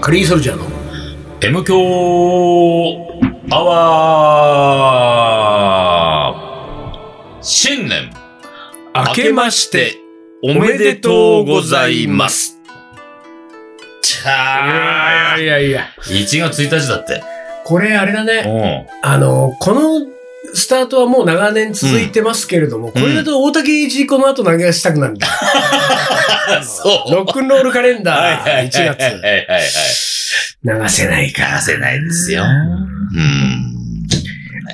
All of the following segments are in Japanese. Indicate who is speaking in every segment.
Speaker 1: クリーンソルジャーの
Speaker 2: M 強アワー新年明けましておめでとうございますちゃー
Speaker 1: いやいやいや
Speaker 2: 1月1日だって。
Speaker 1: これあれだね
Speaker 2: う
Speaker 1: あのこのスタートはもう長年続いてますけれども、これだと大竹一この後投げ出したくなるんだ、
Speaker 2: ん。そう。
Speaker 1: ロックンロールカレン
Speaker 2: はい
Speaker 1: ダ
Speaker 2: は
Speaker 1: ー
Speaker 2: い
Speaker 1: 1
Speaker 2: はい
Speaker 1: 月
Speaker 2: はいはいはい。
Speaker 1: 流せないか
Speaker 2: 出せないですよ。うん。ね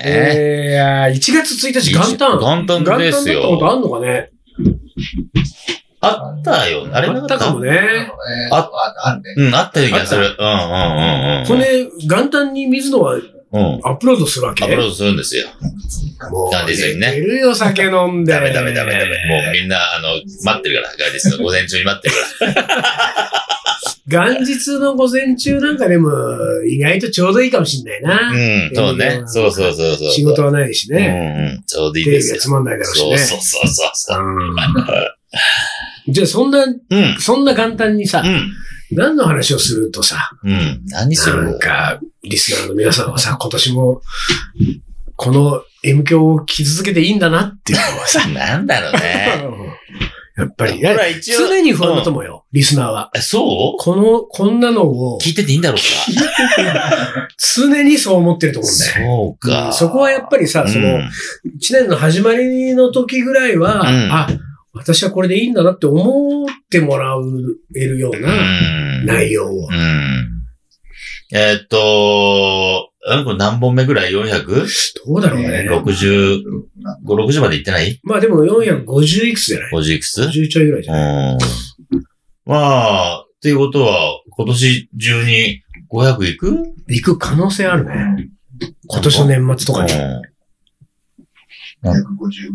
Speaker 2: え
Speaker 1: えー、1月1日元旦
Speaker 2: 元旦ですよ
Speaker 1: 元旦だったことあんのかね
Speaker 2: あったよ。あれ
Speaker 1: あ
Speaker 2: な
Speaker 1: っ
Speaker 2: かったた
Speaker 1: かもね。
Speaker 2: あ
Speaker 3: あ、なんで
Speaker 2: うん、あったような気がする。うんうんうんうん。
Speaker 1: これ、元旦に水野は
Speaker 2: うん。
Speaker 1: アップロードするわけ
Speaker 2: アップロードするんですよ。
Speaker 1: もう
Speaker 2: なんですよね
Speaker 1: 寝てるよ、酒飲んで。
Speaker 2: ダメダメダメダメ。もうみんな、あの、待ってる から、ガイですよ。午前中に待ってるか
Speaker 1: 元日の午前中なんかでも、意外とちょうどいいかもしんない
Speaker 2: ら。
Speaker 1: な。
Speaker 2: うん、そうね。そうそうそうそう。
Speaker 1: 仕事はないし
Speaker 2: うん
Speaker 1: ね。
Speaker 2: うん。ちょうどいい
Speaker 1: テレビ
Speaker 2: です
Speaker 1: が
Speaker 2: よ。
Speaker 1: つまんないだろうし
Speaker 2: そう
Speaker 1: ね。
Speaker 2: そうそうそうそう。
Speaker 1: うんじゃあ、そんな、
Speaker 2: うん。
Speaker 1: そんな元旦にさ
Speaker 2: う、ん。
Speaker 1: 何の話をするとさ、
Speaker 2: うん。何する
Speaker 1: な
Speaker 2: の
Speaker 1: んか、リスナーの皆さんはさ、今年も、この M 響を着続けていいんだなっていうのは さ、
Speaker 2: なんだろう ね。
Speaker 1: やっぱり、
Speaker 2: ほら、一応。
Speaker 1: 常に不安だと思うよ、リスナーは。
Speaker 2: そ
Speaker 1: この、こんなのを
Speaker 2: う、 聞いてていいんだろうか。
Speaker 1: 常にそう思ってると思うんだよ。
Speaker 2: そう
Speaker 1: う
Speaker 2: か。
Speaker 1: んそこはやっぱりさ、その、
Speaker 2: うん
Speaker 1: 一年の始まりの時ぐらいは、
Speaker 2: うん
Speaker 1: あ、私はこれでいいんだなって思ってもらえるような
Speaker 2: うん
Speaker 1: 内容を
Speaker 2: う。ん。えーっと、あこれ何本目ぐらい ?400?60、
Speaker 1: どうだろうね。
Speaker 2: 60 5、60までいってない
Speaker 1: まあでも450いくつじゃない
Speaker 2: ?50 いくつう
Speaker 1: ?50 ちょいぐらいじゃない
Speaker 2: ん。まあ、っていうことは、今年中に500いく
Speaker 1: 行く可能性あるね。今年の年末とかに。
Speaker 3: 150。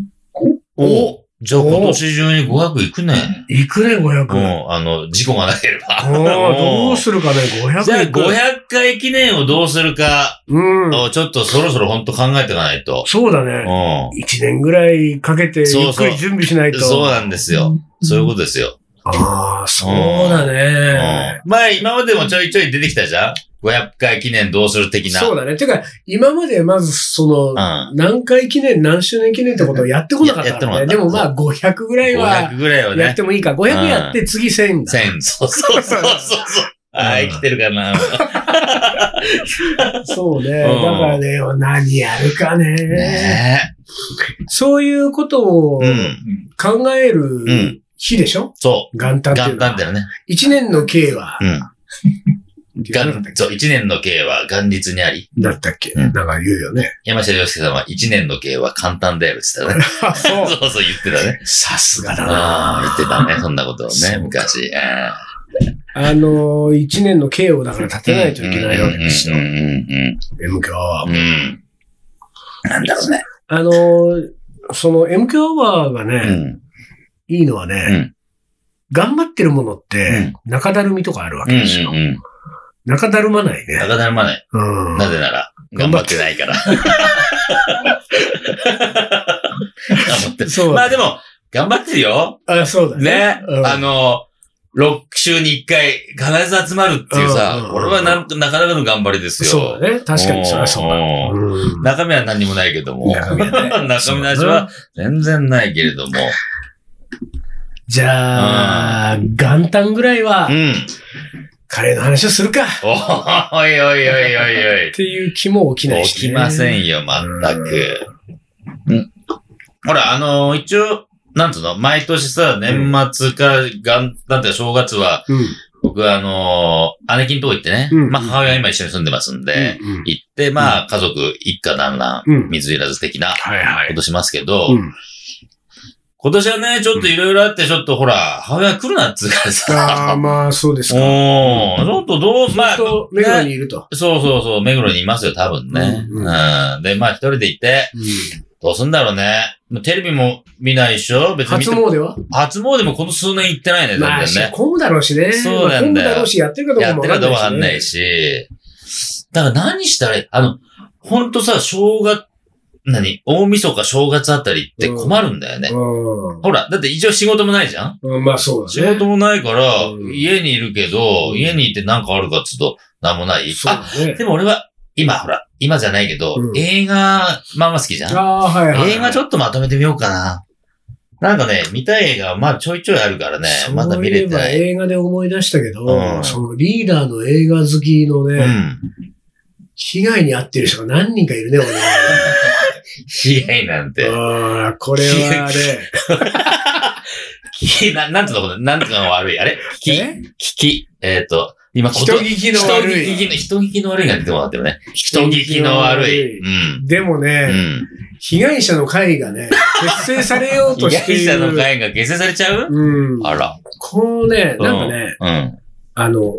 Speaker 2: うんおじゃあ今年中に500いくね。
Speaker 1: 行くね、
Speaker 2: う
Speaker 1: 500。
Speaker 2: ん。あの、事故がなければ。
Speaker 1: おーどう
Speaker 2: る
Speaker 1: するかね、500。
Speaker 2: じゃあ500回記念をどうするか、
Speaker 1: うん。
Speaker 2: をちょっとそろそろ本当考えていかないと。
Speaker 1: そうだ
Speaker 2: う
Speaker 1: ね。
Speaker 2: ん。
Speaker 1: 1年ぐらいかけて、ゆ
Speaker 2: そう
Speaker 1: っ
Speaker 2: そ
Speaker 1: く
Speaker 2: う
Speaker 1: り準備しないと。
Speaker 2: そうなんですよ。そういうことですよ。
Speaker 1: ああ、そうだ
Speaker 2: うん
Speaker 1: ね。
Speaker 2: まあ、今までもちょいちょい出てきたじゃん ?500 回記念どうする的な。
Speaker 1: そうだね。てか、今までまずその、
Speaker 2: う
Speaker 1: 何回記念、何周年記念ってことをやってこなかった
Speaker 2: や
Speaker 1: の
Speaker 2: や
Speaker 1: ね。
Speaker 2: って
Speaker 1: で
Speaker 2: こ
Speaker 1: も
Speaker 2: な
Speaker 1: ま
Speaker 2: か
Speaker 1: あ、500ぐらい
Speaker 2: ん。
Speaker 1: は
Speaker 2: 500ぐらいは
Speaker 1: やっ
Speaker 2: ね。
Speaker 1: てもいいか。500やって次1000だ。
Speaker 2: 1000。そうそうそうそうそう。ああ、生きてるかな。
Speaker 1: そうね。だ
Speaker 2: うん
Speaker 1: からね、何やるか ね。
Speaker 2: ね
Speaker 1: そういうことを
Speaker 2: え。うん。
Speaker 1: 考え
Speaker 2: う
Speaker 1: る
Speaker 2: ん
Speaker 1: 日でしょ
Speaker 2: そう。
Speaker 1: 元旦っていう
Speaker 2: 元
Speaker 1: の
Speaker 2: 旦
Speaker 1: は
Speaker 2: ってのね。
Speaker 1: 一年の計は、
Speaker 2: うん。
Speaker 1: っていうの
Speaker 2: 元、そう、一年の計は元日にあり。
Speaker 1: だったっけ
Speaker 2: うん
Speaker 1: なんか言うよね。
Speaker 2: 山下洋介さんは一年の計は簡単であるって言ってたね。
Speaker 1: あ、 そ
Speaker 2: そうそう言ってたね。
Speaker 1: さすがだ
Speaker 2: ああ、言
Speaker 1: な
Speaker 2: ってたね。そんなことを
Speaker 1: そう
Speaker 2: ね、
Speaker 1: か
Speaker 2: 昔。あ
Speaker 1: あのー、一年の計をだから立
Speaker 2: ー
Speaker 1: てないといけないわけですよ
Speaker 2: うん。うんうん
Speaker 1: M 響アワ
Speaker 2: う
Speaker 1: ー。
Speaker 2: んうん。なんだろうね。
Speaker 1: あのー、その M 響アワーが
Speaker 2: う
Speaker 1: ね、
Speaker 2: ん。
Speaker 1: いいのは
Speaker 2: う
Speaker 1: ね
Speaker 2: ん、
Speaker 1: 頑張ってるものって、中だるみとかあるわ
Speaker 2: うん
Speaker 1: けですよ
Speaker 2: う。んうん。
Speaker 1: 中だるまないね。
Speaker 2: 高田まない。
Speaker 1: うん。
Speaker 2: なぜなら、
Speaker 1: 頑張
Speaker 2: 頑張
Speaker 1: っ
Speaker 2: っててないから。 頑張って
Speaker 1: そう。
Speaker 2: まあでも、頑張ってるよ。
Speaker 1: あ、そうだ
Speaker 2: ね。
Speaker 1: うん
Speaker 2: あの、6週に1回必ず集まるっていう
Speaker 1: うんうん
Speaker 2: さ、
Speaker 1: うん
Speaker 2: 俺はなんなかなかの頑張りですよ。
Speaker 1: そうだね。確かにそりゃそうだ。
Speaker 2: うん
Speaker 1: うん
Speaker 2: 中身は何にもないけども。
Speaker 1: 中身はね
Speaker 2: 中身の味は全然ないけれども。
Speaker 1: じゃあ、元旦ぐらいは
Speaker 2: う、ん。
Speaker 1: カレーの話をするかっ
Speaker 2: おいおいおいおいおい
Speaker 1: ていう気も起きない
Speaker 2: 起
Speaker 1: し、
Speaker 2: きませ
Speaker 1: ん。
Speaker 2: んよ、全く。うんほら、あの一応、なんつうの、毎年さ、年末から元旦ってか正月は、
Speaker 1: うん。
Speaker 2: 僕はあの姉貴のとこ行ってね、
Speaker 1: うん
Speaker 2: まあ母親今一緒に住んでますんで、
Speaker 1: うん
Speaker 2: 行って、まあ家族、一家団ら
Speaker 1: うん
Speaker 2: ん、水入らず的な
Speaker 1: はいは
Speaker 2: こ
Speaker 1: い。
Speaker 2: としますけど、
Speaker 1: うん
Speaker 2: 今年はね、ちょっといろいろあって、ちょっとほら、母親来るなっつうから
Speaker 1: ああ、
Speaker 2: さ、
Speaker 1: まあ、そうです
Speaker 2: お
Speaker 1: か。ず
Speaker 2: ーちょっとどう、ま
Speaker 1: っ、
Speaker 2: あ
Speaker 1: と、目黒
Speaker 2: ね
Speaker 1: にいると。
Speaker 2: そうそうそう、目黒にいますよ、多分ね。
Speaker 1: う
Speaker 2: うんん、で、まあ一人で行って、どうすんだろうね。もうテレビも見ないでしょ別に見
Speaker 1: 初
Speaker 2: て
Speaker 1: 詣は
Speaker 2: 初詣もこの数年行ってないね、全
Speaker 1: まあ、
Speaker 2: 然ね。
Speaker 1: 混むだろうしね。
Speaker 2: そうなんだ
Speaker 1: まあ混む
Speaker 2: よ
Speaker 1: だろうし、やってるかどう
Speaker 2: や
Speaker 1: か
Speaker 2: っ
Speaker 1: も
Speaker 2: て
Speaker 1: わ
Speaker 2: る
Speaker 1: かん
Speaker 2: かどうかわかん
Speaker 1: な
Speaker 2: ないい
Speaker 1: しね。
Speaker 2: し。だから何したらいいあの、ほんとさ、正月、何大晦日正月あたりって困るんだよね。
Speaker 1: う
Speaker 2: ほら、だって一応仕事もないじゃん
Speaker 1: ん。うん、まあそう
Speaker 2: 仕
Speaker 1: だね。
Speaker 2: 事もないから、
Speaker 1: うん
Speaker 2: 家にいるけど、
Speaker 1: うん
Speaker 2: 家にいて何かあるかっつうと、何もない
Speaker 1: そう
Speaker 2: あ、
Speaker 1: だね。
Speaker 2: でも俺は、今ほら、今じゃないけど、
Speaker 1: うん
Speaker 2: 映画、まあまあ好きじゃん
Speaker 1: ああー、はいはい。
Speaker 2: 映画ち
Speaker 1: ょっ
Speaker 2: ょっとまとめてみようかな。なんかね、見たい映画、まあちょいちょいあるからね、まだ見れてない。
Speaker 1: 映画で思い出したけど、
Speaker 2: うん
Speaker 1: そのリーダーの映画好きの
Speaker 2: う
Speaker 1: ね、
Speaker 2: ん。
Speaker 1: 被害に遭ってる人が何人かいるね、俺は。
Speaker 2: 被害なんて。
Speaker 1: ああ、これはね。
Speaker 2: き、ななんつうのこと、なんつうのが悪い。あれき、聞
Speaker 1: え
Speaker 2: き、えっ、と、今、こと
Speaker 1: 人聞きの悪い。
Speaker 2: 人聞きの、人聞きの悪いなんて言ってもらってもね。人聞きの悪い。うん。
Speaker 1: でも
Speaker 2: う
Speaker 1: ね、
Speaker 2: ん。
Speaker 1: 被害者の会がね、結成されようと
Speaker 2: 被
Speaker 1: してい
Speaker 2: 害
Speaker 1: る。
Speaker 2: 者の会が下成されちゃう
Speaker 1: うん。
Speaker 2: あら。
Speaker 1: このね、
Speaker 2: う
Speaker 1: なんかね、
Speaker 2: うん。
Speaker 1: あの、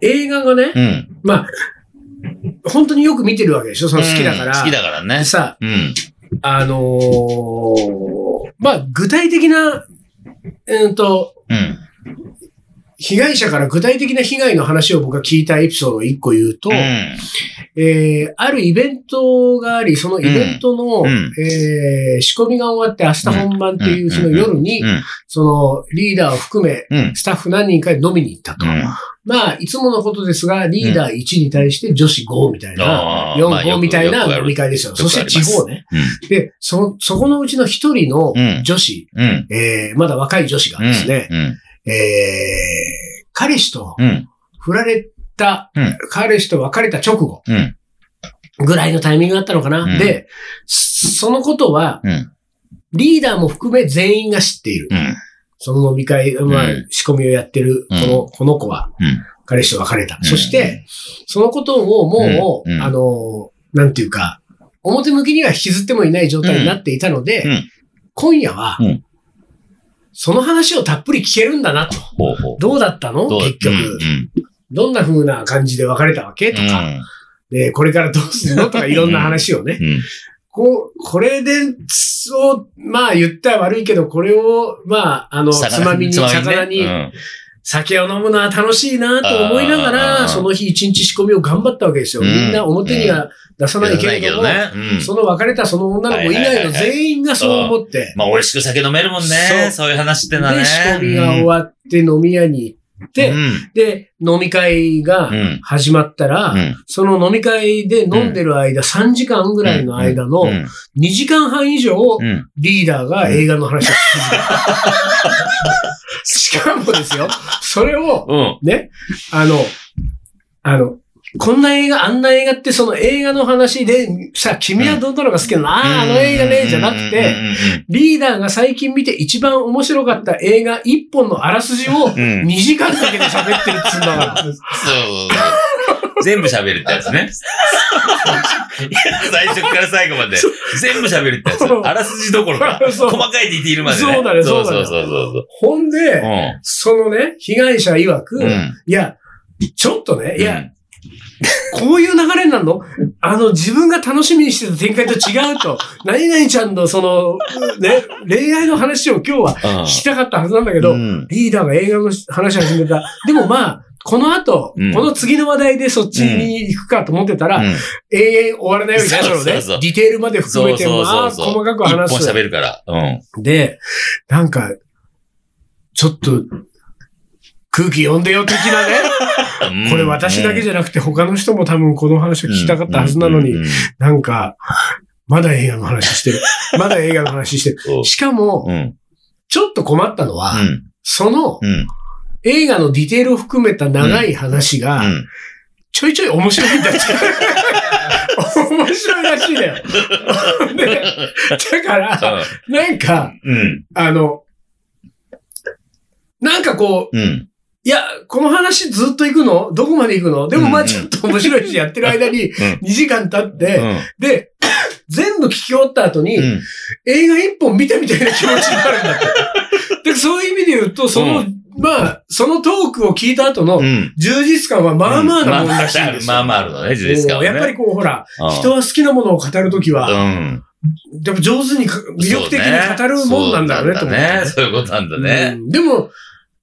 Speaker 1: 映画がね、
Speaker 2: うん。
Speaker 1: 本当によく見てるわけでしょその好きだから。
Speaker 2: うん好きだからね
Speaker 1: で。さ、
Speaker 2: うん。
Speaker 1: あのーまあ、具体的な、うんと、
Speaker 2: うん。
Speaker 1: 被害者から具体的な被害の話を僕が聞いたエピソードを一個言うと、
Speaker 2: うん。
Speaker 1: えー、あるイベントがあり、そのイベントの、
Speaker 2: うんうん
Speaker 1: えー仕込みが終わって明日本番っていうその夜に、
Speaker 2: うん。
Speaker 1: そのリーダーを含め、
Speaker 2: うん。
Speaker 1: スタッフ何人かで飲みに行ったと。
Speaker 2: うん
Speaker 1: まあ、いつものことですが、リーダー1に対して女子5みたいな、
Speaker 2: あーまあ
Speaker 1: 4、
Speaker 2: よく
Speaker 1: 5みたいな
Speaker 2: よくある
Speaker 1: 飲み会ですよ。
Speaker 2: よくあ
Speaker 1: そ
Speaker 2: り
Speaker 1: して
Speaker 2: ます
Speaker 1: 地方ね。で、そ、そこのうちの1人の
Speaker 2: うん
Speaker 1: 女子、
Speaker 2: うん。うん。
Speaker 1: えーまだ若い女子が
Speaker 2: うん。
Speaker 1: ですね、
Speaker 2: うん。
Speaker 1: えー彼氏と
Speaker 2: うん。
Speaker 1: 振られた、
Speaker 2: うん
Speaker 1: 彼氏と別れた直後、
Speaker 2: うん。
Speaker 1: ぐらいのタイミングだったのかな。
Speaker 2: うん
Speaker 1: で、そそのことは、
Speaker 2: うん。
Speaker 1: リーダーも含め全員が知っている。
Speaker 2: うん。
Speaker 1: その飲み会、まあ
Speaker 2: うん、
Speaker 1: 仕込みをやってる、この、この子は、
Speaker 2: うん
Speaker 1: 彼氏と別れた。
Speaker 2: ん
Speaker 1: そして、そのことをもう、
Speaker 2: うんうん
Speaker 1: あの、なんていうか、表向きには引きずってもいない状態になっていたので、
Speaker 2: うん
Speaker 1: 今夜は、
Speaker 2: うん
Speaker 1: その話をたっぷり聞けるんだなと。
Speaker 2: ほうほう。
Speaker 1: どうだったの
Speaker 2: どう
Speaker 1: 結局、
Speaker 2: うん。
Speaker 1: どんな風な感じで別れたわけとか、で、これからどうするのとかいろんな話をね、
Speaker 2: うん。うん。
Speaker 1: こう、これで、そう、まあ言ったら悪いけど、これを、まあ、あの、つまみに、魚に、
Speaker 2: うん
Speaker 1: 酒を飲むのは楽しいなと思いなが
Speaker 2: あー
Speaker 1: ら、その日一日仕込みを頑張ったわけですよ。
Speaker 2: うん
Speaker 1: みんな表には出さないけれども、
Speaker 2: やらないけどね。うん。
Speaker 1: その別れたその女の子以外の全員がそう思って、
Speaker 2: まあ、美味しく酒飲めるもんね。
Speaker 1: そ
Speaker 2: そうういう話って
Speaker 1: で、
Speaker 2: のはね。
Speaker 1: 仕込みが終わって飲み屋に行って、
Speaker 2: うん
Speaker 1: で、飲み会が
Speaker 2: うん。
Speaker 1: 始まったら、
Speaker 2: うん。
Speaker 1: その飲み会で飲んでる間、3時間ぐらいの間の
Speaker 2: うん。
Speaker 1: 2時間半以上、
Speaker 2: うんうん
Speaker 1: リーダーが映画の話を聞 き続けたしかもですよ、それを、
Speaker 2: うん。
Speaker 1: ね、あの、あの、こんな映画、あんな映画ってその映画の話で、さ、君はどんなのが好きなの、ああ、あの映画ね、じゃなくて、リーダーが最近見て一番面白かった映画一本のあらすじを
Speaker 2: うん。うん。うん
Speaker 1: 2時間かけて喋ってるっつうんだから。
Speaker 2: そう。全部喋るってやつ ね。最初から最後まで。全部喋るってやつ。あらすじどころか。
Speaker 1: そう
Speaker 2: 細かいディティールまでね。
Speaker 1: そうだね
Speaker 2: そ
Speaker 1: そううだ
Speaker 2: そう
Speaker 1: ね
Speaker 2: そうそう。
Speaker 1: ほんで、
Speaker 2: う
Speaker 1: そのね、被害者曰く、
Speaker 2: ん。う
Speaker 1: い
Speaker 2: ん。
Speaker 1: や、ちょっとね、いや
Speaker 2: う、ん、
Speaker 1: こういう流れになるのあの、自分が楽しみにしてた展開と違うと、 何々ちゃんのその、ね、恋愛の話を今日は
Speaker 2: うん。
Speaker 1: 聞きたかったはずなんだけど、
Speaker 2: うん
Speaker 1: リーダーが映画の話を始 めた。でもまあ、この後、
Speaker 2: うん
Speaker 1: この次の話題でそっちに行くかと思ってたら、
Speaker 2: うん
Speaker 1: 永遠終わらないようになるのね。
Speaker 2: そうそうそう
Speaker 1: ディテールまで含
Speaker 2: そ
Speaker 1: め
Speaker 2: う
Speaker 1: て、
Speaker 2: そう
Speaker 1: ま
Speaker 2: そう
Speaker 1: あ、
Speaker 2: そう。
Speaker 1: 細かく話
Speaker 2: 一
Speaker 1: す
Speaker 2: 本。喋るから。うん。
Speaker 1: で、なんか、ちょっと、空気読んでよ的なね。
Speaker 2: うん
Speaker 1: これ私だけじゃなくて他の人も多分この話を聞きたかったはずなのに
Speaker 2: うん、うんうん
Speaker 1: なんか、まだ映画の話して る。まだ映画の話してる。
Speaker 2: そう
Speaker 1: しかも
Speaker 2: う、ん。
Speaker 1: ちょっと困ったのは、
Speaker 2: うん。
Speaker 1: その
Speaker 2: うん。
Speaker 1: 映画のディテールを含めた長い話が、
Speaker 2: うん
Speaker 1: ちょいちょい面白いん だって。面白いらしいんだよ。でだから、なんか、
Speaker 2: うん。
Speaker 1: あの、なんかこう、
Speaker 2: うん。
Speaker 1: いや、この話ずっと行くのどこまで行くのでもまあ
Speaker 2: うんうん
Speaker 1: ちょっと面白いし、やってる間に
Speaker 2: ん
Speaker 1: 2時間経っ
Speaker 2: う
Speaker 1: て、
Speaker 2: ん。
Speaker 1: で、 全部聞き終わった後に、
Speaker 2: うん。
Speaker 1: 映画一本見たみたいな気持ちになるんだ って。で、そういう意味で言うと、その、
Speaker 2: う
Speaker 1: まあ、そのトークを聞いた後の
Speaker 2: うん。
Speaker 1: 充実感はまあまあなもんらしいんですよ。
Speaker 2: まあまああるのね、事実感はね。
Speaker 1: やっぱりこう、ほら、
Speaker 2: うん
Speaker 1: 人は好きなものを語るときは、
Speaker 2: うん。
Speaker 1: でも上手にか、魅力的に語るもんなんだろうね、
Speaker 2: そ
Speaker 1: と思っ
Speaker 2: うね。
Speaker 1: て。
Speaker 2: そういうことなんだね。
Speaker 1: うんでも、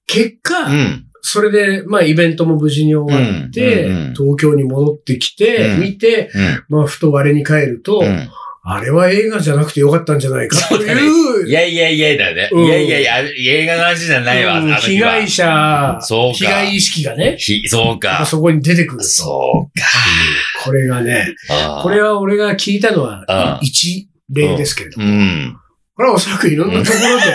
Speaker 1: 結
Speaker 2: う
Speaker 1: 果、
Speaker 2: ん。
Speaker 1: それで、まあ、イベントも無事に終わって、
Speaker 2: うんうんうん
Speaker 1: 東京に戻ってきて、
Speaker 2: うん
Speaker 1: 見て、
Speaker 2: うん。
Speaker 1: まあ、ふと我に返ると、
Speaker 2: うん。
Speaker 1: あれは映画じゃなくてよかったんじゃないかという
Speaker 2: い、やいやいやだよね。
Speaker 1: うん
Speaker 2: いやいやいや、あ映画の話じゃないわ、あ
Speaker 1: うん
Speaker 2: の
Speaker 1: 被
Speaker 2: 日は
Speaker 1: 害。者、
Speaker 2: そうか
Speaker 1: 被害意識がね、
Speaker 2: ひそうか。
Speaker 1: そこに出てくる。
Speaker 2: そうか。
Speaker 1: これがね、
Speaker 2: あー
Speaker 1: これは俺が聞いたのは
Speaker 2: あ
Speaker 1: 一例ですけれども、
Speaker 2: うん。
Speaker 1: これはおそらくいろんなところでね、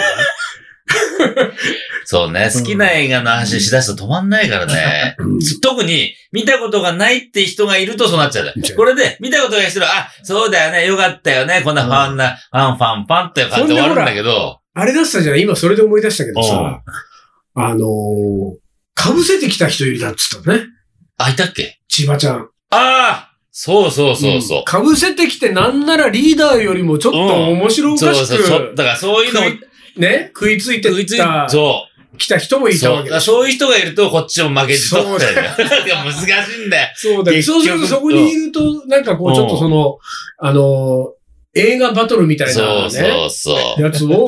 Speaker 2: そうね。好きな映画の話しだすと止まんないからね。
Speaker 1: うん
Speaker 2: 特に、見たことがないって人がいるとそうなっちゃう。これで、見たことがない人は、あ、そうだよね、よかったよね、こんなファンな、ファンファンファンって感じで終わるんだけど。
Speaker 1: あれだったじゃない今それで思い出したけどさ、あのー、かぶせてきた人いるだっつったのね。
Speaker 2: あ、いたっけ
Speaker 1: 千葉ちゃん。
Speaker 2: ああそうそうそうそう。
Speaker 1: かぶせてきてなんならリーダーよりもちょっと面白お
Speaker 2: そ
Speaker 1: か
Speaker 2: う
Speaker 1: しく、
Speaker 2: そうそう。だからそういうのも
Speaker 1: 食いね、食いついて
Speaker 2: 食いつ
Speaker 1: き
Speaker 2: い
Speaker 1: た、
Speaker 2: そ
Speaker 1: 来た人も
Speaker 2: う。
Speaker 1: いた
Speaker 2: そう。
Speaker 1: わけ
Speaker 2: だか
Speaker 1: だ
Speaker 2: らそういう人がいると、こっちも負けじとって。
Speaker 1: そうだ
Speaker 2: いや難しいんだよ。
Speaker 1: そうだよ。
Speaker 2: 結
Speaker 1: そう
Speaker 2: 局
Speaker 1: するとそこにいると、なんかこう、ちょっとその、あのー、映画バトルみたい
Speaker 2: そ
Speaker 1: な
Speaker 2: う
Speaker 1: ね、
Speaker 2: そうそ
Speaker 1: やつをずっ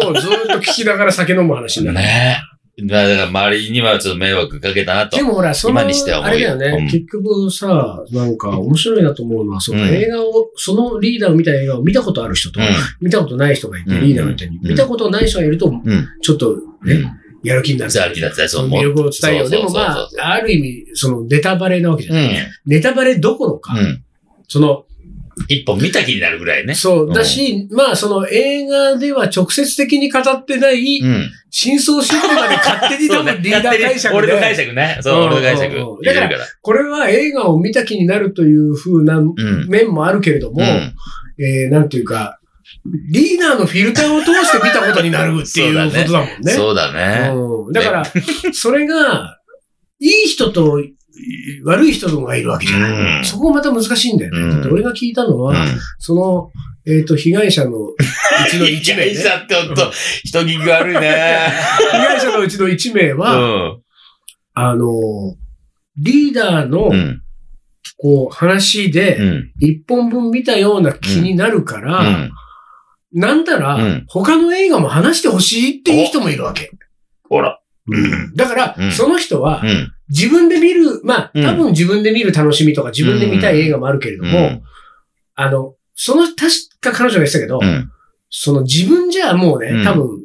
Speaker 1: と聞きながら酒飲む話に
Speaker 2: う。
Speaker 1: なる。
Speaker 2: ねえ。だから周りにはちょっと迷惑かけたなと
Speaker 1: で。もほら、その、
Speaker 2: 今にしては思
Speaker 1: あ
Speaker 2: う
Speaker 1: れだ
Speaker 2: よ
Speaker 1: よね、
Speaker 2: うん
Speaker 1: 結局さ、なんか面白いなと思うのは、その
Speaker 2: うん
Speaker 1: 映画を、そのリーダーを見た映画を見たことある人と、
Speaker 2: う
Speaker 1: 見たことない人がいて、
Speaker 2: うん
Speaker 1: リーダーみたいに、
Speaker 2: うん
Speaker 1: 見たことない人がいると、
Speaker 2: ん。
Speaker 1: ちょっと
Speaker 2: う
Speaker 1: ね、
Speaker 2: ん。
Speaker 1: やる気になる。
Speaker 2: さあ、きだって、
Speaker 1: そ
Speaker 2: そう
Speaker 1: の
Speaker 2: 思
Speaker 1: 魅
Speaker 2: う。
Speaker 1: 力を伝えよう。
Speaker 2: そ
Speaker 1: で
Speaker 2: う
Speaker 1: も
Speaker 2: そうそう
Speaker 1: ま
Speaker 2: そう
Speaker 1: あ、ある意味、そのネタバレなわけじゃ
Speaker 2: う
Speaker 1: ない。
Speaker 2: ん。
Speaker 1: ネタバレどころか、
Speaker 2: うん。
Speaker 1: その、
Speaker 2: 一本見た気になるぐらいね。
Speaker 1: そう、だし、まあその映画では直接的に語ってない、
Speaker 2: うん。
Speaker 1: 真相心理まで勝手に多
Speaker 2: そうね
Speaker 1: 分リーダー解釈
Speaker 2: 俺
Speaker 1: で
Speaker 2: の、解釈ね。そう、
Speaker 1: うん
Speaker 2: 俺の解釈
Speaker 1: うん。
Speaker 2: 入れるから。
Speaker 1: これは映画を見た気になるという風な
Speaker 2: うん。
Speaker 1: 面もあるけれども、
Speaker 2: うん
Speaker 1: えー、なんていうか、リーダーのフィルターを通して見たことになるってい
Speaker 2: そうだ
Speaker 1: う
Speaker 2: ね
Speaker 1: ことだもんね。
Speaker 2: そうだね。
Speaker 1: うんだから、それが、いい人とい悪い人とがいるわけじゃない。
Speaker 2: うん
Speaker 1: そこがまた難しいんだよね。
Speaker 2: うん
Speaker 1: だって俺が聞いたの
Speaker 2: う
Speaker 1: は、
Speaker 2: ん。
Speaker 1: その、えっ、と、被害者の うちの
Speaker 2: 被
Speaker 1: 1名、ね。
Speaker 2: 害
Speaker 1: 被
Speaker 2: 者ってほんと、人聞き悪い ね。
Speaker 1: 害者のうちの1名
Speaker 2: う
Speaker 1: は、
Speaker 2: ん。
Speaker 1: あの、リーダーの、
Speaker 2: うん。
Speaker 1: こう、話
Speaker 2: う
Speaker 1: で、
Speaker 2: ん。
Speaker 1: 一本分見たような気になるから、
Speaker 2: うん。
Speaker 1: なんなら、
Speaker 2: うん
Speaker 1: 他の映画も話してほしいっていう人もいるわけ。
Speaker 2: ほら。うん
Speaker 1: だから、
Speaker 2: うん
Speaker 1: その人は
Speaker 2: う、ん。
Speaker 1: 自分で見る、まあ、
Speaker 2: うん
Speaker 1: 多分自分で見る楽しみとか自分で見たい映画もあるけれど
Speaker 2: う
Speaker 1: も、
Speaker 2: ん。
Speaker 1: あの、その、確か彼女が言ってたけど、
Speaker 2: うん。
Speaker 1: その自分じゃもう
Speaker 2: う
Speaker 1: ね、
Speaker 2: ん
Speaker 1: 多分、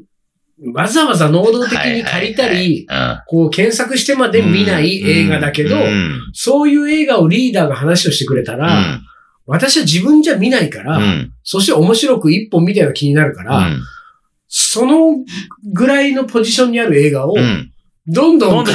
Speaker 1: わざわざ能動的に借りたり、
Speaker 2: うん。
Speaker 1: こう検索してまで見ない映画だけど、
Speaker 2: うん。
Speaker 1: そういう映画をリーダーが話をしてくれた
Speaker 2: う
Speaker 1: ら、
Speaker 2: ん。
Speaker 1: 私は自分じゃ見ないから、
Speaker 2: うん。
Speaker 1: そして面白く一本見たような気になるから、そのぐらいのポジションにある映画を
Speaker 2: う、ん。
Speaker 1: どんど
Speaker 2: どん
Speaker 1: ん、
Speaker 2: ど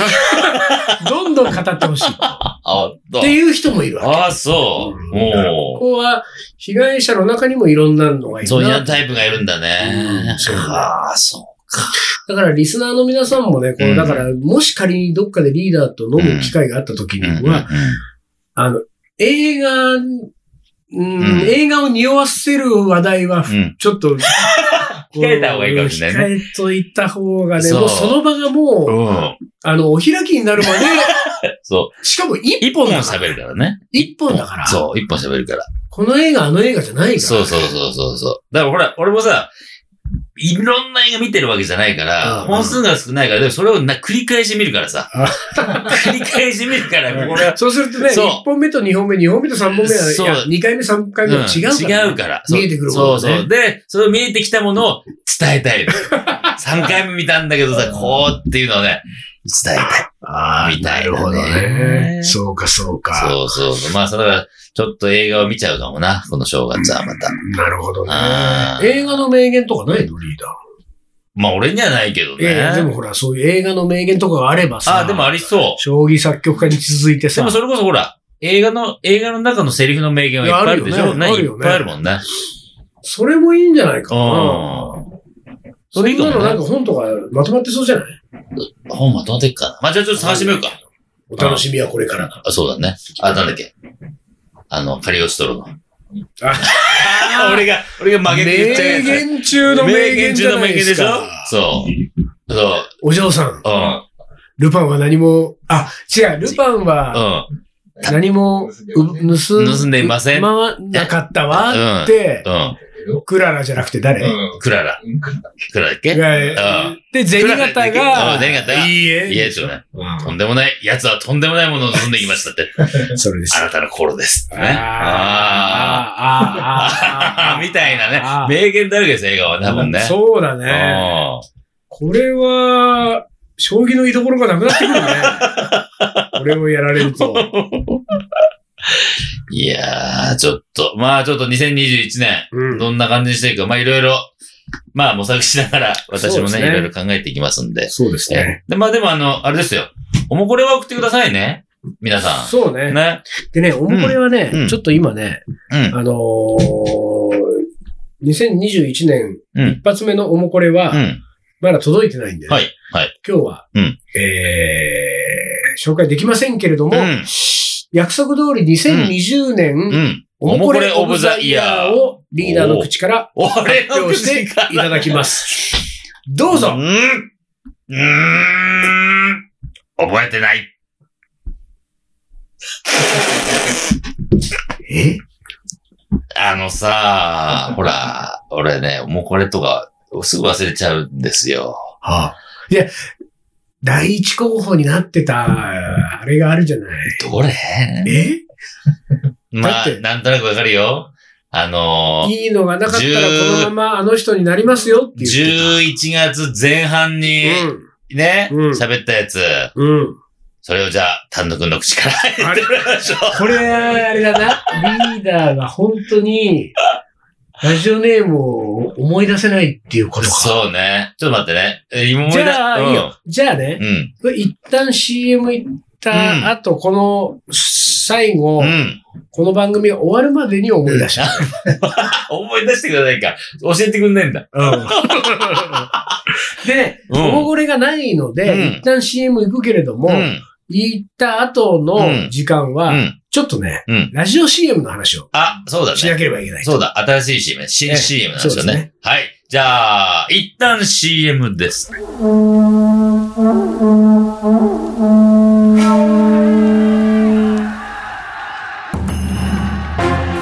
Speaker 2: ん
Speaker 1: どんどん語ってほしい。っ
Speaker 2: あ、どう
Speaker 1: ていう人もいるわけ。
Speaker 2: あ、そう。
Speaker 1: こ
Speaker 2: も
Speaker 1: こは、被害者の中にもいろんなのが
Speaker 2: う、
Speaker 1: い
Speaker 2: そう
Speaker 1: る
Speaker 2: いう
Speaker 1: な。だ
Speaker 2: タイプがいるんだね
Speaker 1: うん。そう
Speaker 2: ああ、そう。
Speaker 1: から、リスナーの皆さんもね、こ
Speaker 2: う
Speaker 1: の、
Speaker 2: ん
Speaker 1: だから、もし仮にどっかでリーダーと飲む機会があった時には、あの、映画、うん
Speaker 2: ん
Speaker 1: 映画を匂わせる話題は、
Speaker 2: うん。
Speaker 1: ちょっ と、
Speaker 2: 控えた方がいいかもしれない
Speaker 1: ね。控えといた方がね、
Speaker 2: そう
Speaker 1: もうその場がもう、
Speaker 2: うん。
Speaker 1: あの、お開きになるまで、
Speaker 2: そう。
Speaker 1: しかも一
Speaker 2: 一本喋るからね。
Speaker 1: 一本だから。
Speaker 2: そう、一本喋るから。
Speaker 1: この映画、あの映画じゃないから。
Speaker 2: そうそうそうそうそう。だからほら、俺もさ、いろんな映画見てるわけじゃないから、
Speaker 1: うん
Speaker 2: 本数が少ないから、でもそれをな繰り返し見るからさ。繰り返し見るから、これは。
Speaker 1: そうするとね、
Speaker 2: そう
Speaker 1: 1本目と2本目、2本目と3本目
Speaker 2: そう
Speaker 1: は、2回目、3回目は違うからね、
Speaker 2: ん違うから。そう
Speaker 1: 見えてくるも
Speaker 2: そ
Speaker 1: のね
Speaker 2: うそう。で、その見えてきたものを伝えた いの。3回目見たんだけどさ、こうっていうのをね、伝えたい。
Speaker 1: あー
Speaker 2: みたいなね
Speaker 1: そうか、そうか。
Speaker 2: そうそうそう。まあ、それは、ちょっと映画を見ちゃうかもな、この正月はまた。
Speaker 1: なるほどね
Speaker 2: あ。ー
Speaker 1: 映画の名言とかないのリーダ
Speaker 2: まあ、俺にはないけど
Speaker 1: ー。いやいや、でも
Speaker 2: ね。
Speaker 1: ほら、そういう映画の名言とかがあればさ、
Speaker 2: あ、でもありそ
Speaker 1: 将棋作曲家に続いて
Speaker 2: う。で
Speaker 1: さ
Speaker 2: も、それこそほら、映画の、映画の中のセリフの名言はいっぱいあるでし
Speaker 1: いやあ
Speaker 2: ょ
Speaker 1: るよね
Speaker 2: ね
Speaker 1: ある
Speaker 2: い
Speaker 1: よ
Speaker 2: っ
Speaker 1: ね
Speaker 2: ぱいあるもんね。
Speaker 1: それもいいんじゃないかな。
Speaker 2: う
Speaker 1: そ
Speaker 2: それい
Speaker 1: ん
Speaker 2: いかも
Speaker 1: なのな
Speaker 2: ね
Speaker 1: んか本とかまとまってそうじゃない
Speaker 2: ん。本まとまってっかな。まあ、じゃあちょっと探してみようか。
Speaker 1: お楽しみはこれからだ。
Speaker 2: あ、そうだね。あ、なんだっけ。あの、カリオストロの。
Speaker 1: あ
Speaker 2: 俺が、俺が曲げて言っちゃうや
Speaker 1: 名
Speaker 2: つ。
Speaker 1: 言中の名言じゃないですか。
Speaker 2: そう。そう。
Speaker 1: お嬢さん、
Speaker 2: うん。
Speaker 1: ルパンは何も、あ、違う、ルパンは、
Speaker 2: うん。
Speaker 1: 何もう盗
Speaker 2: 盗んでいません
Speaker 1: まなかったわって、
Speaker 2: うん。
Speaker 3: けど。
Speaker 1: クララじゃなくて誰、
Speaker 3: うん。
Speaker 2: クララ。
Speaker 3: うん
Speaker 2: クララだっけ
Speaker 1: が
Speaker 2: うん
Speaker 1: で、ゼニガタ
Speaker 2: うん
Speaker 1: が、
Speaker 2: 銭形が
Speaker 1: いいえ。
Speaker 2: いや、そうね。と
Speaker 3: うん
Speaker 2: でもない。奴はとんでもないものを飲んでいましたって。
Speaker 1: それです。
Speaker 2: あなたの心です。ね。あ
Speaker 1: あ
Speaker 2: あ。 みたいな
Speaker 1: あー
Speaker 2: ね。名言だらけです、映画は多分ね。
Speaker 1: そうだ
Speaker 2: う
Speaker 1: ね。
Speaker 2: ん。
Speaker 1: これは、将棋の居所がなくなって くるね。これをやられると。
Speaker 2: いやー、ちょっと、まあちょっと2021年、
Speaker 1: うん
Speaker 2: どんな感じにしていくか、まあいろいろ、まあ模索しながら、私も
Speaker 1: そうです
Speaker 2: ね、
Speaker 1: ね
Speaker 2: いろいろ考えていきますんで。
Speaker 1: そうですね。
Speaker 2: えで、まあでもあの、あれですよ。おもこれは送ってくださいね。皆さ。
Speaker 1: そうんね。
Speaker 2: ね。
Speaker 1: でね、おもこれはね、
Speaker 2: うん
Speaker 1: ちょっと今ね、
Speaker 2: うん。
Speaker 1: あのー、2021年
Speaker 2: うん。
Speaker 1: 一発目のおもこれ
Speaker 2: う
Speaker 1: は、
Speaker 2: ん。
Speaker 1: まだ届いてないんで、
Speaker 2: はい。はい。
Speaker 1: 今日は、
Speaker 2: うん
Speaker 1: えー紹介できませんけれども、
Speaker 2: うん
Speaker 1: 約束通り2020年、
Speaker 2: うん。
Speaker 1: おもこれオブザイヤーをリーダーの口から
Speaker 2: 俺
Speaker 1: 発
Speaker 2: の
Speaker 1: 表して
Speaker 2: 口から
Speaker 1: いただきます。どう
Speaker 2: う
Speaker 1: ぞ
Speaker 2: ん。うーん。覚えてない。
Speaker 1: え
Speaker 2: あのさ、ほら、俺ね、もうこれとか、すぐ忘れちゃうんですよ。
Speaker 1: はあ、いや、第一候補になってた、あれがあるじゃない。
Speaker 2: どれ
Speaker 1: えだ
Speaker 2: ま
Speaker 1: っ
Speaker 2: あ
Speaker 1: て、
Speaker 2: なんとなくわかるよ。あのー、
Speaker 1: いいのがなかったらこのままあの人になりますよって言っ
Speaker 2: 11月前半に
Speaker 1: てた。
Speaker 2: ね、
Speaker 1: うん
Speaker 2: 喋、ったやつ、
Speaker 1: うん。うん。
Speaker 2: それをじゃあ、丹野くんの口から言ってもらいましょう。
Speaker 1: これ、あれだな。リーダーが本当に、ラジオネームを思い出せないっていうことか。
Speaker 2: そうね。ちょっと待ってね。え今思い出
Speaker 1: じゃあ、
Speaker 2: うん
Speaker 1: いいよ。じゃあね
Speaker 2: う、ん。
Speaker 1: 一旦 CM 行った後、この最後、
Speaker 2: うん。
Speaker 1: この番組が終わるまでに思い出した。
Speaker 2: 思い出してくださいか。教えてくんないんだ。
Speaker 1: でね、
Speaker 2: うん
Speaker 1: おごれがないので、
Speaker 2: うん
Speaker 1: 一旦 CM 行くけれども、
Speaker 2: うん。
Speaker 1: 行った後の時間
Speaker 2: う
Speaker 1: は、
Speaker 2: ん。
Speaker 1: ちょっとね、
Speaker 2: うん
Speaker 1: ラジオ CM の話を
Speaker 2: あ、そうだね。
Speaker 1: しなければいけない。
Speaker 2: そうだ、新しい CM ね。
Speaker 1: ええ
Speaker 2: 新 CM なんですよね。
Speaker 1: そうですね
Speaker 2: はい。じゃあ、一旦 CM です。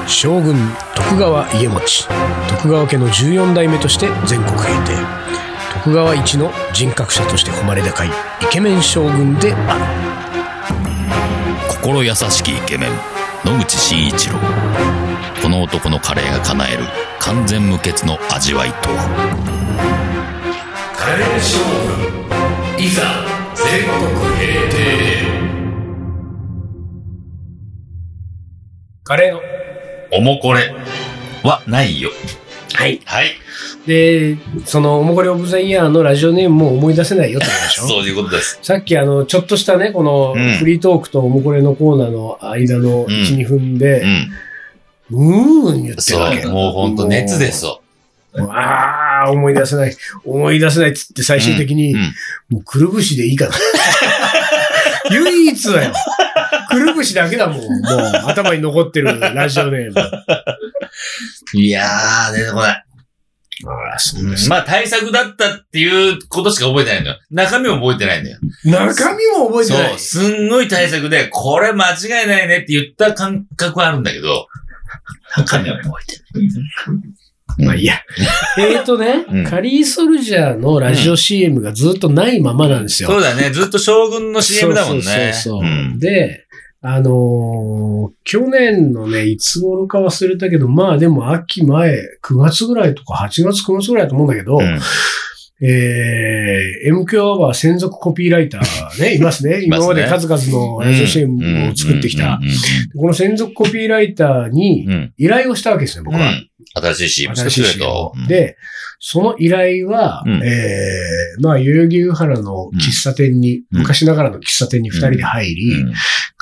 Speaker 1: 将軍徳川家持徳川家の14代目として全国平定徳川一の人格者として誉れ高いイケメン将軍である
Speaker 4: 心優しきイケメン野口真一郎この男のカレーが叶える完全無欠の味わいとは
Speaker 2: カレー勝負。いざ、全国平定。
Speaker 1: カレーの
Speaker 2: おもこれはないよ。
Speaker 1: はい
Speaker 2: はい。
Speaker 1: でその「おもこりオブザイヤー」のラジオネームも思い出せないよってこと でしょ
Speaker 2: そういうことです。
Speaker 1: さっきあのちょっとしたねこの
Speaker 2: うん
Speaker 1: フリートークとおもこれのコーナーの間の12、分
Speaker 2: う
Speaker 1: で
Speaker 2: ん。
Speaker 1: うーん言ってるわけ
Speaker 2: そう、もうほんと熱ですよ。
Speaker 1: ああ、思い出せない。思い出せないっつって最終的に、
Speaker 2: うんうん
Speaker 1: もうくるぶしでいいかな。 唯一だよ。くるぶしだけだもん。もう頭に残ってるラジオネーム。あ
Speaker 2: いやー、出てこない。
Speaker 1: あ、そ
Speaker 2: まあ、対策だったっていうことしか覚えてないんだよ。中身も覚えてないんだよ。
Speaker 1: 中身も覚えてな
Speaker 2: そ、。
Speaker 1: いう
Speaker 2: すんごい対策で、これ間違いないねって言った感覚はあるんだけど、中身は覚えてない。
Speaker 1: まあいいや。えーとね、
Speaker 2: うん
Speaker 1: カリーソルジャーのラジオ CM がずっとないままなんですよ。
Speaker 2: そうだね、ずっと将軍の CM だもんね。
Speaker 1: そうそうそうそう
Speaker 2: うん
Speaker 1: で、あのー去年のね、いつ頃か忘れたけど、まあでも秋前、9月ぐらいとか8月9月ぐらいだと思うんだけど、
Speaker 2: うん
Speaker 1: えー、MQ アワー専属コピーライター ね、いますね。
Speaker 2: います
Speaker 1: 今
Speaker 2: ね
Speaker 1: まで数々のラジオ CM を作ってきた
Speaker 2: う。んう
Speaker 1: この専属コピーライターに
Speaker 2: んうんうん
Speaker 1: 依頼をしたわけですね、僕
Speaker 2: う
Speaker 1: は。
Speaker 2: ん新しい CM
Speaker 1: 新しい
Speaker 2: 作れ
Speaker 1: CM を
Speaker 2: と。うん、
Speaker 1: で、その依頼は、
Speaker 2: うん
Speaker 1: えー、まあ、代々木上原の喫茶店に、
Speaker 2: うん
Speaker 1: 昔ながらの喫茶店に二人で入り、
Speaker 2: うん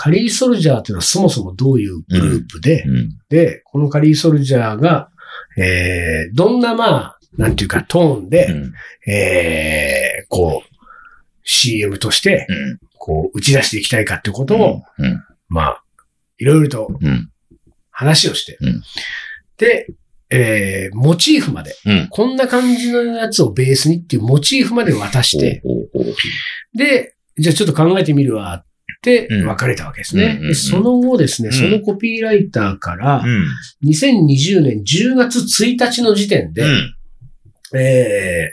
Speaker 1: カリーソルジャーっていうのはそもそもどういうグループで、
Speaker 2: うん
Speaker 1: で、このカリーソルジャーが、えー、どんなまあ、なんていうかトーン
Speaker 2: う
Speaker 1: で、
Speaker 2: ん
Speaker 1: えー、こう、CM として、
Speaker 2: うん
Speaker 1: こう、打ち出していきたいかってことを、
Speaker 2: うん
Speaker 1: まあ、いろいろと
Speaker 2: うん
Speaker 1: 話をして、
Speaker 2: うん
Speaker 1: で、えー、モチーフまで、
Speaker 2: うん
Speaker 1: こんな感じのやつをベースにっていうモチーフまで渡して、
Speaker 2: ほうほうほう
Speaker 1: で、じゃあちょっと考えてみるわっって
Speaker 2: うん
Speaker 1: 別れたわけですね。
Speaker 2: うんうんうん
Speaker 1: でその後ですね、
Speaker 2: うん
Speaker 1: そのコピーライターから
Speaker 2: う、ん。
Speaker 1: 2020年10月1日の時点で、
Speaker 2: うん。
Speaker 1: え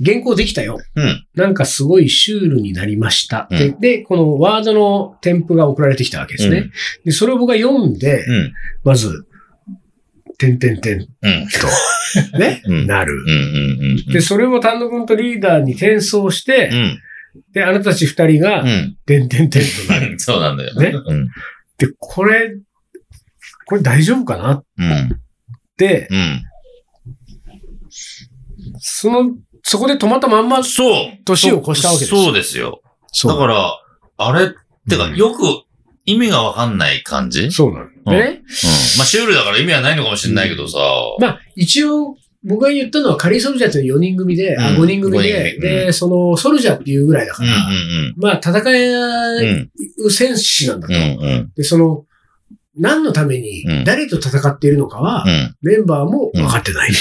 Speaker 1: ー、原稿できたよ。
Speaker 2: うん。
Speaker 1: なんかすごいシュールになりました。
Speaker 2: うん
Speaker 1: でで、このワードの添付が送られてきたわけですね。で、それを僕が読んで、
Speaker 2: うん。
Speaker 1: まず、てんてんてん
Speaker 2: うん。
Speaker 1: と、ね、
Speaker 2: うん。
Speaker 1: なる。
Speaker 2: うん。うん。
Speaker 1: で、それを単独のリーダーに転送し
Speaker 2: う
Speaker 1: て、
Speaker 2: ん。
Speaker 1: で、あなたたち二人が
Speaker 2: う、ん。
Speaker 1: てんてんてんとなる。
Speaker 2: うん。そうなんだよ。
Speaker 1: ね
Speaker 2: うん。
Speaker 1: で、これ、これ大丈夫かなっ
Speaker 2: うん。
Speaker 1: て、
Speaker 2: うん。
Speaker 1: その、そこで止まったまんま、
Speaker 2: そう。
Speaker 1: 年を越したわけですよ
Speaker 2: そうですよ。
Speaker 1: そ
Speaker 2: だ
Speaker 1: う。
Speaker 2: から、あれ、てか、
Speaker 1: うん
Speaker 2: よく意味がわかんない感じうん。
Speaker 1: そうなの。でね、
Speaker 2: まあ、シュールだから意味はないのかもしれないけどさ。
Speaker 1: まあ、一応、僕が言ったのはカリーソルジャーっていう4人組で、あ
Speaker 2: うん
Speaker 1: 5人組
Speaker 2: 五人
Speaker 1: で、
Speaker 2: 組
Speaker 1: で、その、ソルジャーっていうぐらいだか
Speaker 2: うん
Speaker 1: ら、まあ、戦
Speaker 2: うんうん。
Speaker 1: えう戦士なんだ
Speaker 2: うん。う
Speaker 1: と。
Speaker 2: んうん。
Speaker 1: で、その、何のために
Speaker 2: うん、
Speaker 1: 誰と戦っているのかは
Speaker 2: う、ん。
Speaker 1: メンバーも分かってない。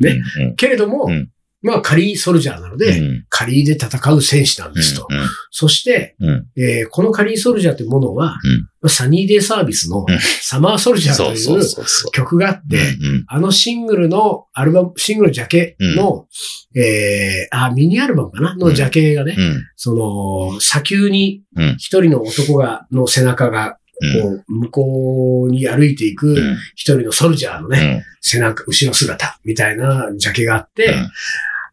Speaker 1: ね
Speaker 2: うん。
Speaker 1: けれども
Speaker 2: うん、
Speaker 1: まあ、カリーソルジャーなの
Speaker 2: うん。
Speaker 1: で、カリーで戦う戦士なんですと。
Speaker 2: う
Speaker 1: そして、
Speaker 2: ん。うん。
Speaker 1: えーこのカリーソルジャーというものは、
Speaker 2: うん
Speaker 1: サニーデイサービスの
Speaker 2: うん
Speaker 1: サマーソルジャー
Speaker 2: そ
Speaker 1: と
Speaker 2: うそ
Speaker 1: いうう
Speaker 2: そうそう。
Speaker 1: 曲があって、
Speaker 2: うん。
Speaker 1: あのシングルのアルバム、シングルのジャケの、えー、あ、ミニアルバムかなのジャケがね、
Speaker 2: うん。
Speaker 1: その、砂丘に
Speaker 2: うん
Speaker 1: 一人の男が、の背中が、
Speaker 2: うん。
Speaker 1: こう、向こうに歩いていく一人のソルジャーのね、背中、後ろ姿みたいなジャケがあって、
Speaker 2: うん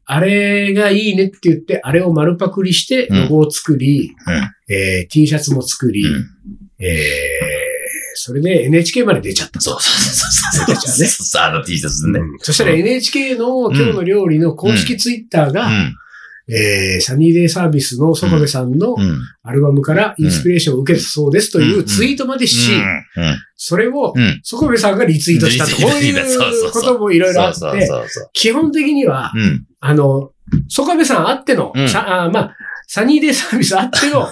Speaker 1: あれがいいねって言って、あれを丸パクリして、
Speaker 2: うん
Speaker 1: ロゴを作り、
Speaker 2: う
Speaker 1: えー T シャツも作り、
Speaker 2: うん。
Speaker 1: えーそれで NHK まで出ちゃった。
Speaker 2: そうそうそうそう。そう、あの T シャツね。
Speaker 1: うんそしたら
Speaker 2: うん
Speaker 1: NHK の今日の料理の公式ツイッター
Speaker 2: う
Speaker 1: が、
Speaker 2: ん。
Speaker 1: えーサニーデイサービスのソコベさんの
Speaker 2: うん。
Speaker 1: アルバムからインスピレーションを受けたそうですといううんツイートまでし、
Speaker 2: うん。
Speaker 1: それを
Speaker 2: うん。
Speaker 1: ソコベさんがリツイートしたと。
Speaker 2: リツイ
Speaker 1: こう
Speaker 2: ートしたそ
Speaker 1: い
Speaker 2: うそううそう
Speaker 1: こともいろいろあっ
Speaker 2: そう
Speaker 1: て、
Speaker 2: そうそう。
Speaker 1: 基本的には、
Speaker 2: うん。
Speaker 1: あの、ソコベさんあっての、
Speaker 2: うん
Speaker 1: さあーまあ、サニーデイサービスあって の、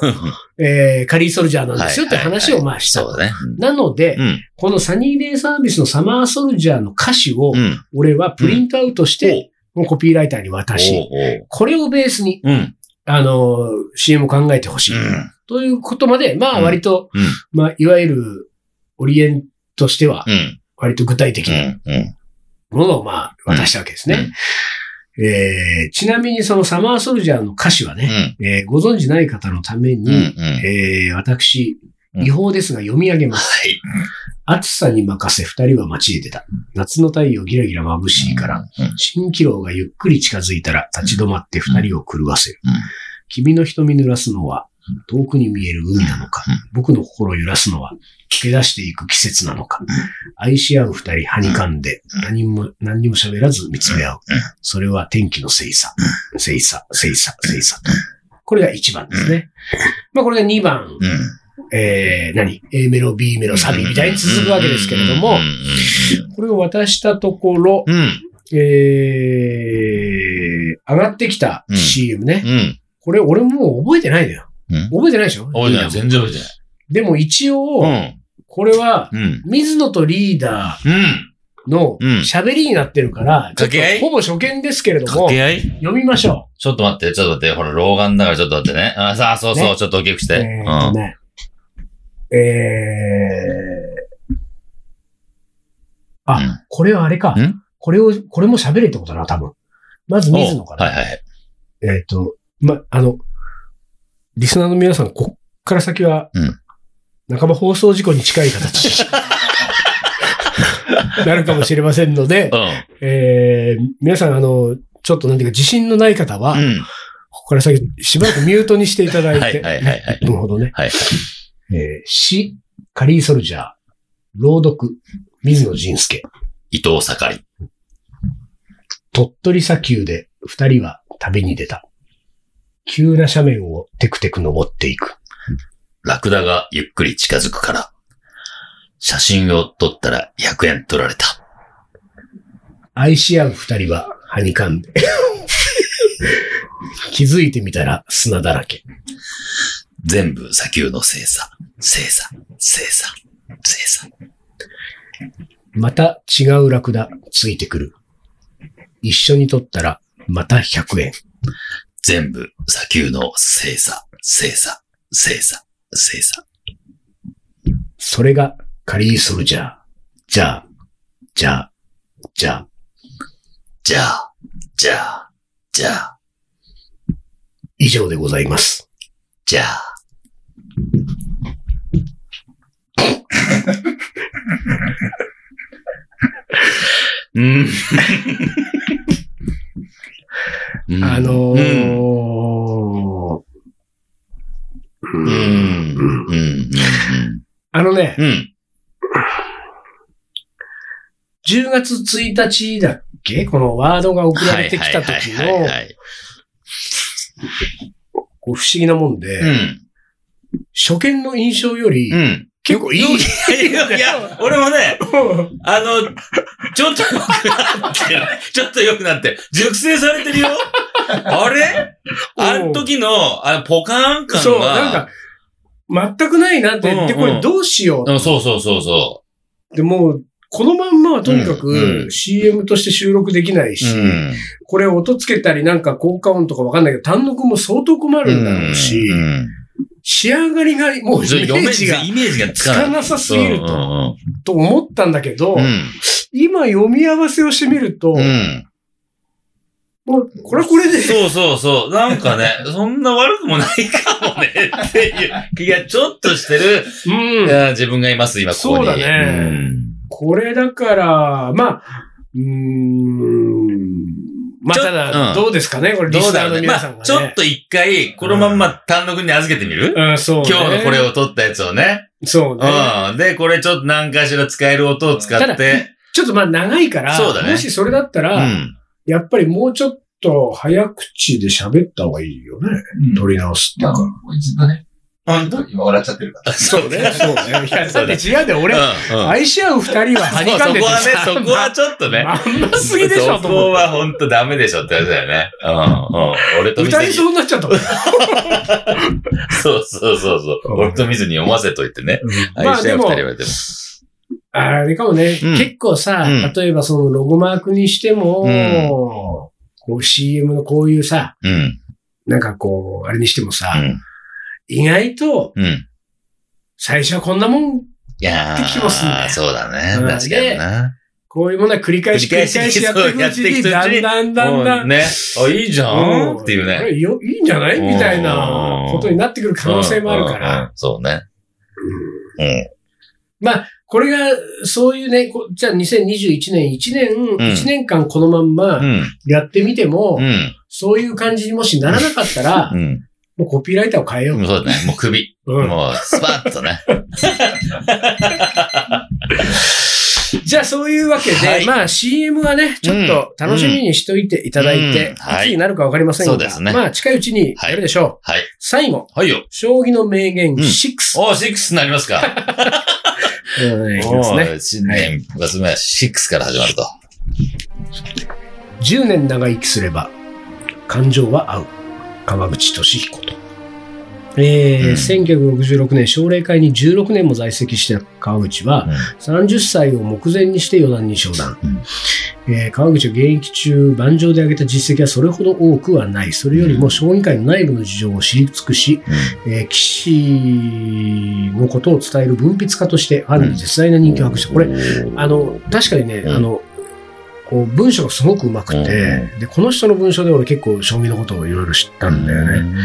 Speaker 1: えーカリーソルジャーなんですよって話をまあした
Speaker 2: そ。うだね。
Speaker 1: なので、
Speaker 2: うん。
Speaker 1: このサニーデイサービスのサマーソルジャーの歌詞を
Speaker 2: う、ん。
Speaker 1: 俺はプリントアウトして、もうコピーライターに渡し、これをベースに、
Speaker 2: うん。
Speaker 1: あの、CM を考えてほしい。
Speaker 2: うん。
Speaker 1: ということまで、まあ
Speaker 2: うん
Speaker 1: 割と、
Speaker 2: うん
Speaker 1: まあいわゆる、オリエンとしては
Speaker 2: う、ん。
Speaker 1: 割と具体的な
Speaker 2: うん。
Speaker 1: ものをまあ渡したわけですね。えーちなみにそのサマーソルジャーの歌詞は
Speaker 2: う
Speaker 1: ね、
Speaker 2: ん。
Speaker 1: えーご存知ない方のため
Speaker 2: う
Speaker 1: に、
Speaker 2: ん。
Speaker 1: えー私、
Speaker 2: うん
Speaker 1: 違法ですが読み上げます。
Speaker 2: はい。
Speaker 1: 暑さに任せ二人は街へ出た。夏の太陽ギラギラ眩しいから、。蜃気楼がゆっくり近づいたら立ち止まって二人を狂わせる。
Speaker 2: うん
Speaker 1: 君の瞳濡らすのは、遠くに見える海なのか、
Speaker 2: うん
Speaker 1: 僕の心を揺らすのは、溶け出していく季節なのか、愛し合う二人はにかんで、
Speaker 2: うん
Speaker 1: 何も、何にも喋らず見つめ合う
Speaker 2: うん。
Speaker 1: それは天気のせいさ、せいさ、せいさ、せいさ。これが1番ですね。まあこれが2番、
Speaker 2: うん。
Speaker 1: えー、何 ?A メロ、B メロ、サビみたいに続くわけですけれども、これを渡したところ、
Speaker 2: うん。
Speaker 1: えー、上がってきた
Speaker 2: うん
Speaker 1: CM ね。
Speaker 2: うん。
Speaker 1: これ俺もう覚えてないのよ。
Speaker 2: うん
Speaker 1: 覚えてないでしょ
Speaker 2: 覚えてない。
Speaker 1: リーダーも
Speaker 2: 全然覚えて
Speaker 1: でも一応、
Speaker 2: ない。
Speaker 1: これは、
Speaker 2: うん。うん。
Speaker 1: 水野とリーダ
Speaker 2: うん。
Speaker 1: ーの
Speaker 2: うん
Speaker 1: 喋りになってるから、ちょっ
Speaker 2: 掛
Speaker 1: と
Speaker 2: け合い
Speaker 1: ほぼ初見ですけれど
Speaker 2: 掛
Speaker 1: も、
Speaker 2: け合い
Speaker 1: 読みましょ
Speaker 2: ちょっと待って、ちょっと待って。ほら、老眼だからちょっと待ってね。あ、さあ、そうそう、ちょっと大きくし
Speaker 1: う。
Speaker 2: て。
Speaker 1: えーと
Speaker 2: う
Speaker 1: ね、えー、あ、これはあれか
Speaker 2: うん。
Speaker 1: これを、これも喋れってことだな、多分。まず
Speaker 2: ん。
Speaker 1: 水野から。
Speaker 2: はいはい。
Speaker 1: えっ、と、ま、あの、リスナーの皆さん、こっから先は、
Speaker 2: うん
Speaker 1: 半ば放送事故に近い形 になるかもしれませんので、えー皆さん、あの、ちょっとなんていうか、自信のない方は、
Speaker 2: うん。うん。
Speaker 1: ここから先、しばらくミュートにしていただい
Speaker 2: はい
Speaker 1: て、
Speaker 2: はいはいはい
Speaker 1: 1分ほどね、
Speaker 2: はい。
Speaker 1: えー詩、カリーソルジャー、朗読、水野仁介、
Speaker 2: 伊藤盛り。
Speaker 1: 鳥取砂丘で二人は旅に出た。急な斜面をテクテク登っていく。
Speaker 2: ラクダがゆっくり近づくから。写真を撮ったら100円取られた。
Speaker 1: 愛し合う二人は、はにかんで。 気づいてみたら砂だらけ。
Speaker 2: 全部砂丘の精査。精査。精査。精査。
Speaker 1: また違うラクダ、ついてくる。一緒に取ったら、また100円。
Speaker 2: 全部砂丘の精査。精査。正座、正座。
Speaker 1: それがカリーソルジャー。じゃあ、じゃあ、じゃあ。
Speaker 2: じゃあ、じゃあ、じゃあ、
Speaker 1: 以上でございます。
Speaker 2: じゃあ。うん。
Speaker 4: うん
Speaker 1: あの
Speaker 2: う
Speaker 1: ー、
Speaker 4: うん。うん。うん。
Speaker 1: あのね、
Speaker 2: うん。
Speaker 1: 10月1日だっけこのワードが送られてきた時
Speaker 2: は
Speaker 1: の
Speaker 2: いはいはいはいはい
Speaker 1: こう不思議なもんで、初見の印象より
Speaker 2: うん。うん。
Speaker 1: 結構いい。
Speaker 2: いや、いや、俺もね、あの、ちょっと良くなってる。ちょっと良くなってる。熟成されてるよ。あれあの時の、あの、ポカーン感が。
Speaker 1: そう、なんか、 全くないなって、
Speaker 2: うん
Speaker 1: で、これどうしよう
Speaker 2: うんそうそうそうそ
Speaker 1: でもう、このまんまはとにか
Speaker 2: うんう
Speaker 1: く
Speaker 2: ん
Speaker 1: CM として収録できないし、
Speaker 2: う。うん。
Speaker 1: これ音つけたりなんか効果音とかわかんないけど、単独も相当困るんだろうし、
Speaker 2: うん
Speaker 1: 仕上がりがも
Speaker 2: う
Speaker 1: うんイ
Speaker 2: そうイメ
Speaker 1: メー
Speaker 2: ー
Speaker 1: ジ
Speaker 2: ジ
Speaker 1: が
Speaker 2: が、イメージがつ
Speaker 1: つ
Speaker 2: かない
Speaker 1: か。なさすぎる
Speaker 2: うん
Speaker 1: とと思ったんだけど、
Speaker 2: うんうん。
Speaker 1: 今読み合わせをしてみると、
Speaker 2: うんうん。
Speaker 1: もうこれはこれで、
Speaker 2: そうそうそう。なんかね、そんな悪くもないかもねっていう気がちょっとしてる
Speaker 1: うん
Speaker 2: いや自分がいます、今ここ
Speaker 1: そ
Speaker 2: に。
Speaker 1: うだねこれだから、まあ、うーん、まあ
Speaker 2: ちょ
Speaker 1: ただ、
Speaker 2: うん
Speaker 1: どうですかね、これ
Speaker 2: うん。
Speaker 1: リ
Speaker 2: どう
Speaker 1: スナ
Speaker 2: だ
Speaker 1: ー
Speaker 2: ろ
Speaker 1: の
Speaker 2: うね。
Speaker 1: 皆
Speaker 2: ま
Speaker 1: さん
Speaker 2: あ、
Speaker 1: が
Speaker 2: ちょっ
Speaker 1: ね。
Speaker 2: と一回、このまんま単独に預けてみる、
Speaker 1: うん、そう、ね。
Speaker 2: 今日のこれ。を撮ったやつをね。
Speaker 1: そうね。
Speaker 2: うん。で、これちょっと何かしら使える音を使
Speaker 1: た
Speaker 2: っ
Speaker 1: だ
Speaker 2: て。
Speaker 1: ちょっとまあ長いから、
Speaker 2: そうだね
Speaker 1: もしそれだった
Speaker 2: う
Speaker 1: ら、
Speaker 2: ん。
Speaker 1: やっぱりもうちょっと早口で喋った方がいいよね。取り直すっていうか。
Speaker 3: ずっとね、
Speaker 2: 本当
Speaker 3: 今笑っちゃってるから。
Speaker 2: そうね。
Speaker 1: そうね。いや、だ
Speaker 2: そ
Speaker 1: っ
Speaker 2: う
Speaker 1: て
Speaker 2: だ
Speaker 1: 違うで、
Speaker 2: うん。う
Speaker 1: 俺、
Speaker 2: ん
Speaker 1: 愛し合う二人はは
Speaker 2: そ
Speaker 1: に
Speaker 2: うそ
Speaker 1: かんで
Speaker 2: こ
Speaker 1: て
Speaker 2: はね
Speaker 1: さ、、
Speaker 2: そこはちょっとね。
Speaker 1: まんますぎでしょ、
Speaker 2: そ
Speaker 1: と
Speaker 2: こ
Speaker 1: 思っ
Speaker 2: は本当ダメでしょって話だよね。うん。うん。俺
Speaker 1: て。
Speaker 2: と見
Speaker 1: 歌い
Speaker 2: ず
Speaker 1: そ
Speaker 2: に。
Speaker 1: うになっちゃったもん。
Speaker 2: そうそうそうそう。俺と見ずに読ませといてね。
Speaker 1: ま
Speaker 2: 愛
Speaker 1: あ
Speaker 2: し合
Speaker 1: で
Speaker 2: う二人
Speaker 1: も
Speaker 2: は、でも。
Speaker 1: あれかもね、
Speaker 2: うん
Speaker 1: 結構さ、
Speaker 2: うん
Speaker 1: 例えばそのロゴマークにしても、
Speaker 2: うん
Speaker 1: こう CM のこういうさ、
Speaker 2: うん。
Speaker 1: なんかこう、あれにしてもさ、
Speaker 2: うん。
Speaker 1: 意外と
Speaker 2: うん。
Speaker 1: 最初はこんなもん、
Speaker 2: いやー
Speaker 1: って気もすんだよ
Speaker 2: そうだね。
Speaker 1: うん
Speaker 2: 確かにな。
Speaker 1: こういうものは繰り返し繰り返しやっていくうちに、
Speaker 2: そうや
Speaker 1: だ
Speaker 2: っ
Speaker 1: ん
Speaker 2: ていくうちに
Speaker 1: だんだんだ。
Speaker 2: うんんね。あ、いいじゃ
Speaker 1: ん
Speaker 2: んっていう
Speaker 1: こ
Speaker 2: ね。
Speaker 1: れよいいんじゃないみたいなことになってくる可能性もあるか
Speaker 2: うんうん
Speaker 1: ら。
Speaker 2: うん。そうね。うん。
Speaker 1: これが、そういうね、こじゃあ2021年1年、
Speaker 2: ん
Speaker 1: 1年間このまん
Speaker 2: う
Speaker 1: ま
Speaker 2: ん。
Speaker 1: やってみても、
Speaker 2: うん。
Speaker 1: そういう感じにもしならなかったら、
Speaker 2: うん。
Speaker 1: もうコピーライターを変えよう。
Speaker 2: そうだね。もう首。
Speaker 1: うん
Speaker 2: もう、スパッとね。
Speaker 1: じゃあそういうわけで、
Speaker 2: はい
Speaker 1: まあ CM はね、ちょっと楽しみにしておいていただいて、
Speaker 2: うんうん
Speaker 1: いつ
Speaker 2: はい
Speaker 1: になるかわかりません
Speaker 2: そ
Speaker 1: が、
Speaker 2: うですね
Speaker 1: まあ近いうちにやるでしょう。
Speaker 2: はい。
Speaker 1: 最後、
Speaker 2: はいよ。
Speaker 1: 将棋の名言
Speaker 2: ん
Speaker 1: 6。
Speaker 2: おー、6になりますか。
Speaker 1: うんいきます
Speaker 2: お
Speaker 1: ね
Speaker 2: ー、新年、一発目は6から始まると。
Speaker 1: 10年長生きすれば、感情は合う。川口俊彦と。えー
Speaker 2: うん
Speaker 1: 1966年、奨励会に16年も在籍してた川口は、30歳を目前にして四段に昇段、えー川口は現役中盤上で挙げた実績はそれほど多くはないそれよりも将棋界の内部の事情を知り尽くし、えー棋士のことを伝える文筆家としてファンに絶大な人気を博した、これあの確かにね、
Speaker 2: うん
Speaker 1: あのこう文章がすごくうまくて、でこの人の文章で俺結構将棋のことをいろいろ知ったんだよね、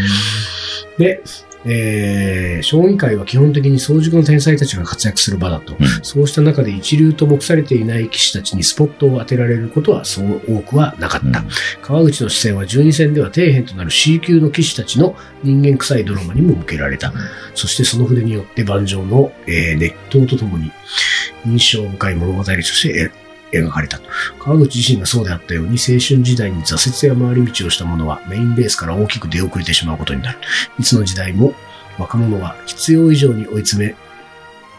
Speaker 1: で、えー将棋界は基本的に早熟の天才たちが活躍する場だと、
Speaker 2: ん
Speaker 1: そうした中で一流と目されていない棋士たちにスポットを当てられることはそう多くはなかった、
Speaker 2: うん
Speaker 1: 川口の視線は12戦では底辺となる C 級の棋士たちの人間臭いドラマにも向けられた、そしてその筆によって盤上の、えー熱狂とともに印象深い物語としてえ描かれたと川口自身がそうであったように青春時代に挫折や回り道をした者はメインレースから大きく出遅れてしまうことになるいつの時代も若者は必要以上に追い詰め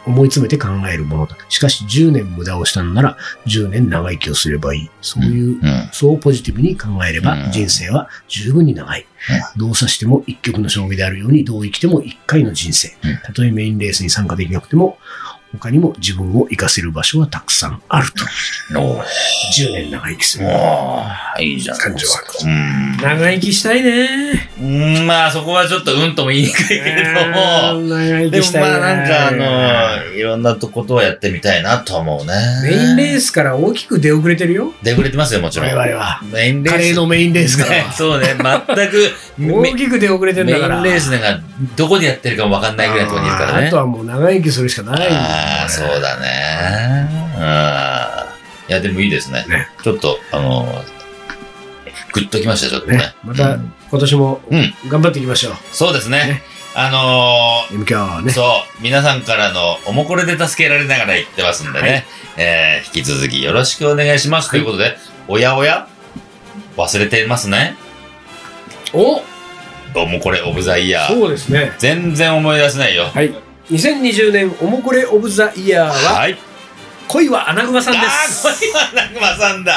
Speaker 1: 思い詰めて考えるものだしかし10年無駄をしたのなら10年長生きをすればいいそういう
Speaker 2: うん。
Speaker 1: そうポジティブに考えれば、
Speaker 2: うん
Speaker 1: 人生は十分に長い。どう指しても一局の将棋であるように、どう生きても一回の人生
Speaker 2: うん。
Speaker 1: たとえメインレースに参加できなくても、他にも自分を活かせる場所はたくさんあると。
Speaker 2: おー
Speaker 1: 10年長生きする。
Speaker 2: おーいいじゃん。
Speaker 1: 感情は
Speaker 2: うん。
Speaker 1: 長生きしたいね。
Speaker 2: うん、まあそこはちょっとうんとも言いにくいけど
Speaker 1: あ
Speaker 2: も、
Speaker 1: ー長生
Speaker 2: で
Speaker 1: き
Speaker 2: も
Speaker 1: したい
Speaker 2: まあなんか
Speaker 1: ね
Speaker 2: あの、いろんなとことはやってみたいなとは思うね。
Speaker 1: メインレースから大きく出遅れてるよ。
Speaker 2: 出遅れてますよ、もちろん。
Speaker 1: 我々は。
Speaker 2: メインレー
Speaker 1: カ
Speaker 2: ス。
Speaker 1: レーのメインレースか
Speaker 2: ね
Speaker 1: ら。
Speaker 2: そうね、全く、メ
Speaker 1: 大きく出遅れてん
Speaker 2: メイ
Speaker 1: だ
Speaker 2: ン
Speaker 1: から。
Speaker 2: レースなんか、どこでやってるかもわかんないぐらいのところにいるから
Speaker 1: あ
Speaker 2: ね。
Speaker 1: ーあとはもう長生きするしかないんだよね
Speaker 2: ああ、そうだね。うん。いや、でもいいですね。
Speaker 1: ね
Speaker 2: ちょっと、あの、グッときました、ちょっとね。
Speaker 1: ねまた
Speaker 2: うん
Speaker 1: 今年も
Speaker 2: うん
Speaker 1: 頑張っていきましょう。
Speaker 2: そうですね。
Speaker 1: ね
Speaker 2: あの
Speaker 1: MK は
Speaker 2: ー
Speaker 1: ね。
Speaker 2: そう、皆さんからのおもこれで助けられながら言ってますんでね。
Speaker 1: はい
Speaker 2: えー引き続きよろしくお願いします。
Speaker 1: はい
Speaker 2: ということで、おやおや忘れてますね。
Speaker 1: お
Speaker 2: おもこれオブザイヤー。
Speaker 1: そうですね。
Speaker 2: 全然思い出せないよ。
Speaker 1: はい。2020年おもこれオブザイヤーは、
Speaker 2: はい。
Speaker 1: 恋はアナグマさんで
Speaker 2: あ
Speaker 1: す。
Speaker 2: あ、これは中間さんだ。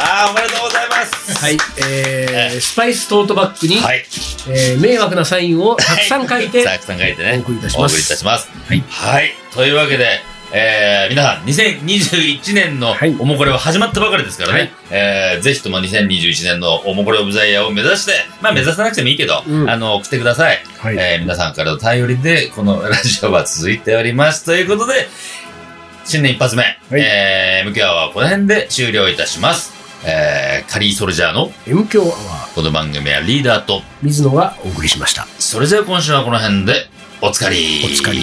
Speaker 2: ああ、おめでとうございます。
Speaker 1: はい、えー、スパイストートバッグに、
Speaker 2: はい。
Speaker 1: えー迷惑なサインをたくさん書いて、
Speaker 2: たくさん書いてね。
Speaker 1: お送りいたします
Speaker 2: お送りいたします
Speaker 1: はい
Speaker 2: はい。というわけで、えー皆さん、2021年の
Speaker 1: はい
Speaker 2: おもこれは始まったばかりですからね。
Speaker 1: はい
Speaker 2: えーぜひとも2021年のおもこれオブザイヤーを目指して、まあ目指さなくてもいいけど、
Speaker 1: うん
Speaker 2: あの、送ってください。
Speaker 1: はい
Speaker 2: えー皆さんからの頼りで、このラジオは続いております。ということで、新年一発目、えー、向き合うはこの辺で終了いたします。えーカリーソルジャーの
Speaker 1: M 強アワー、
Speaker 2: この番組はリーダーと
Speaker 1: 水野がお送りしました。
Speaker 2: それじゃあ今週はこの辺でおつかり。
Speaker 1: おつかり。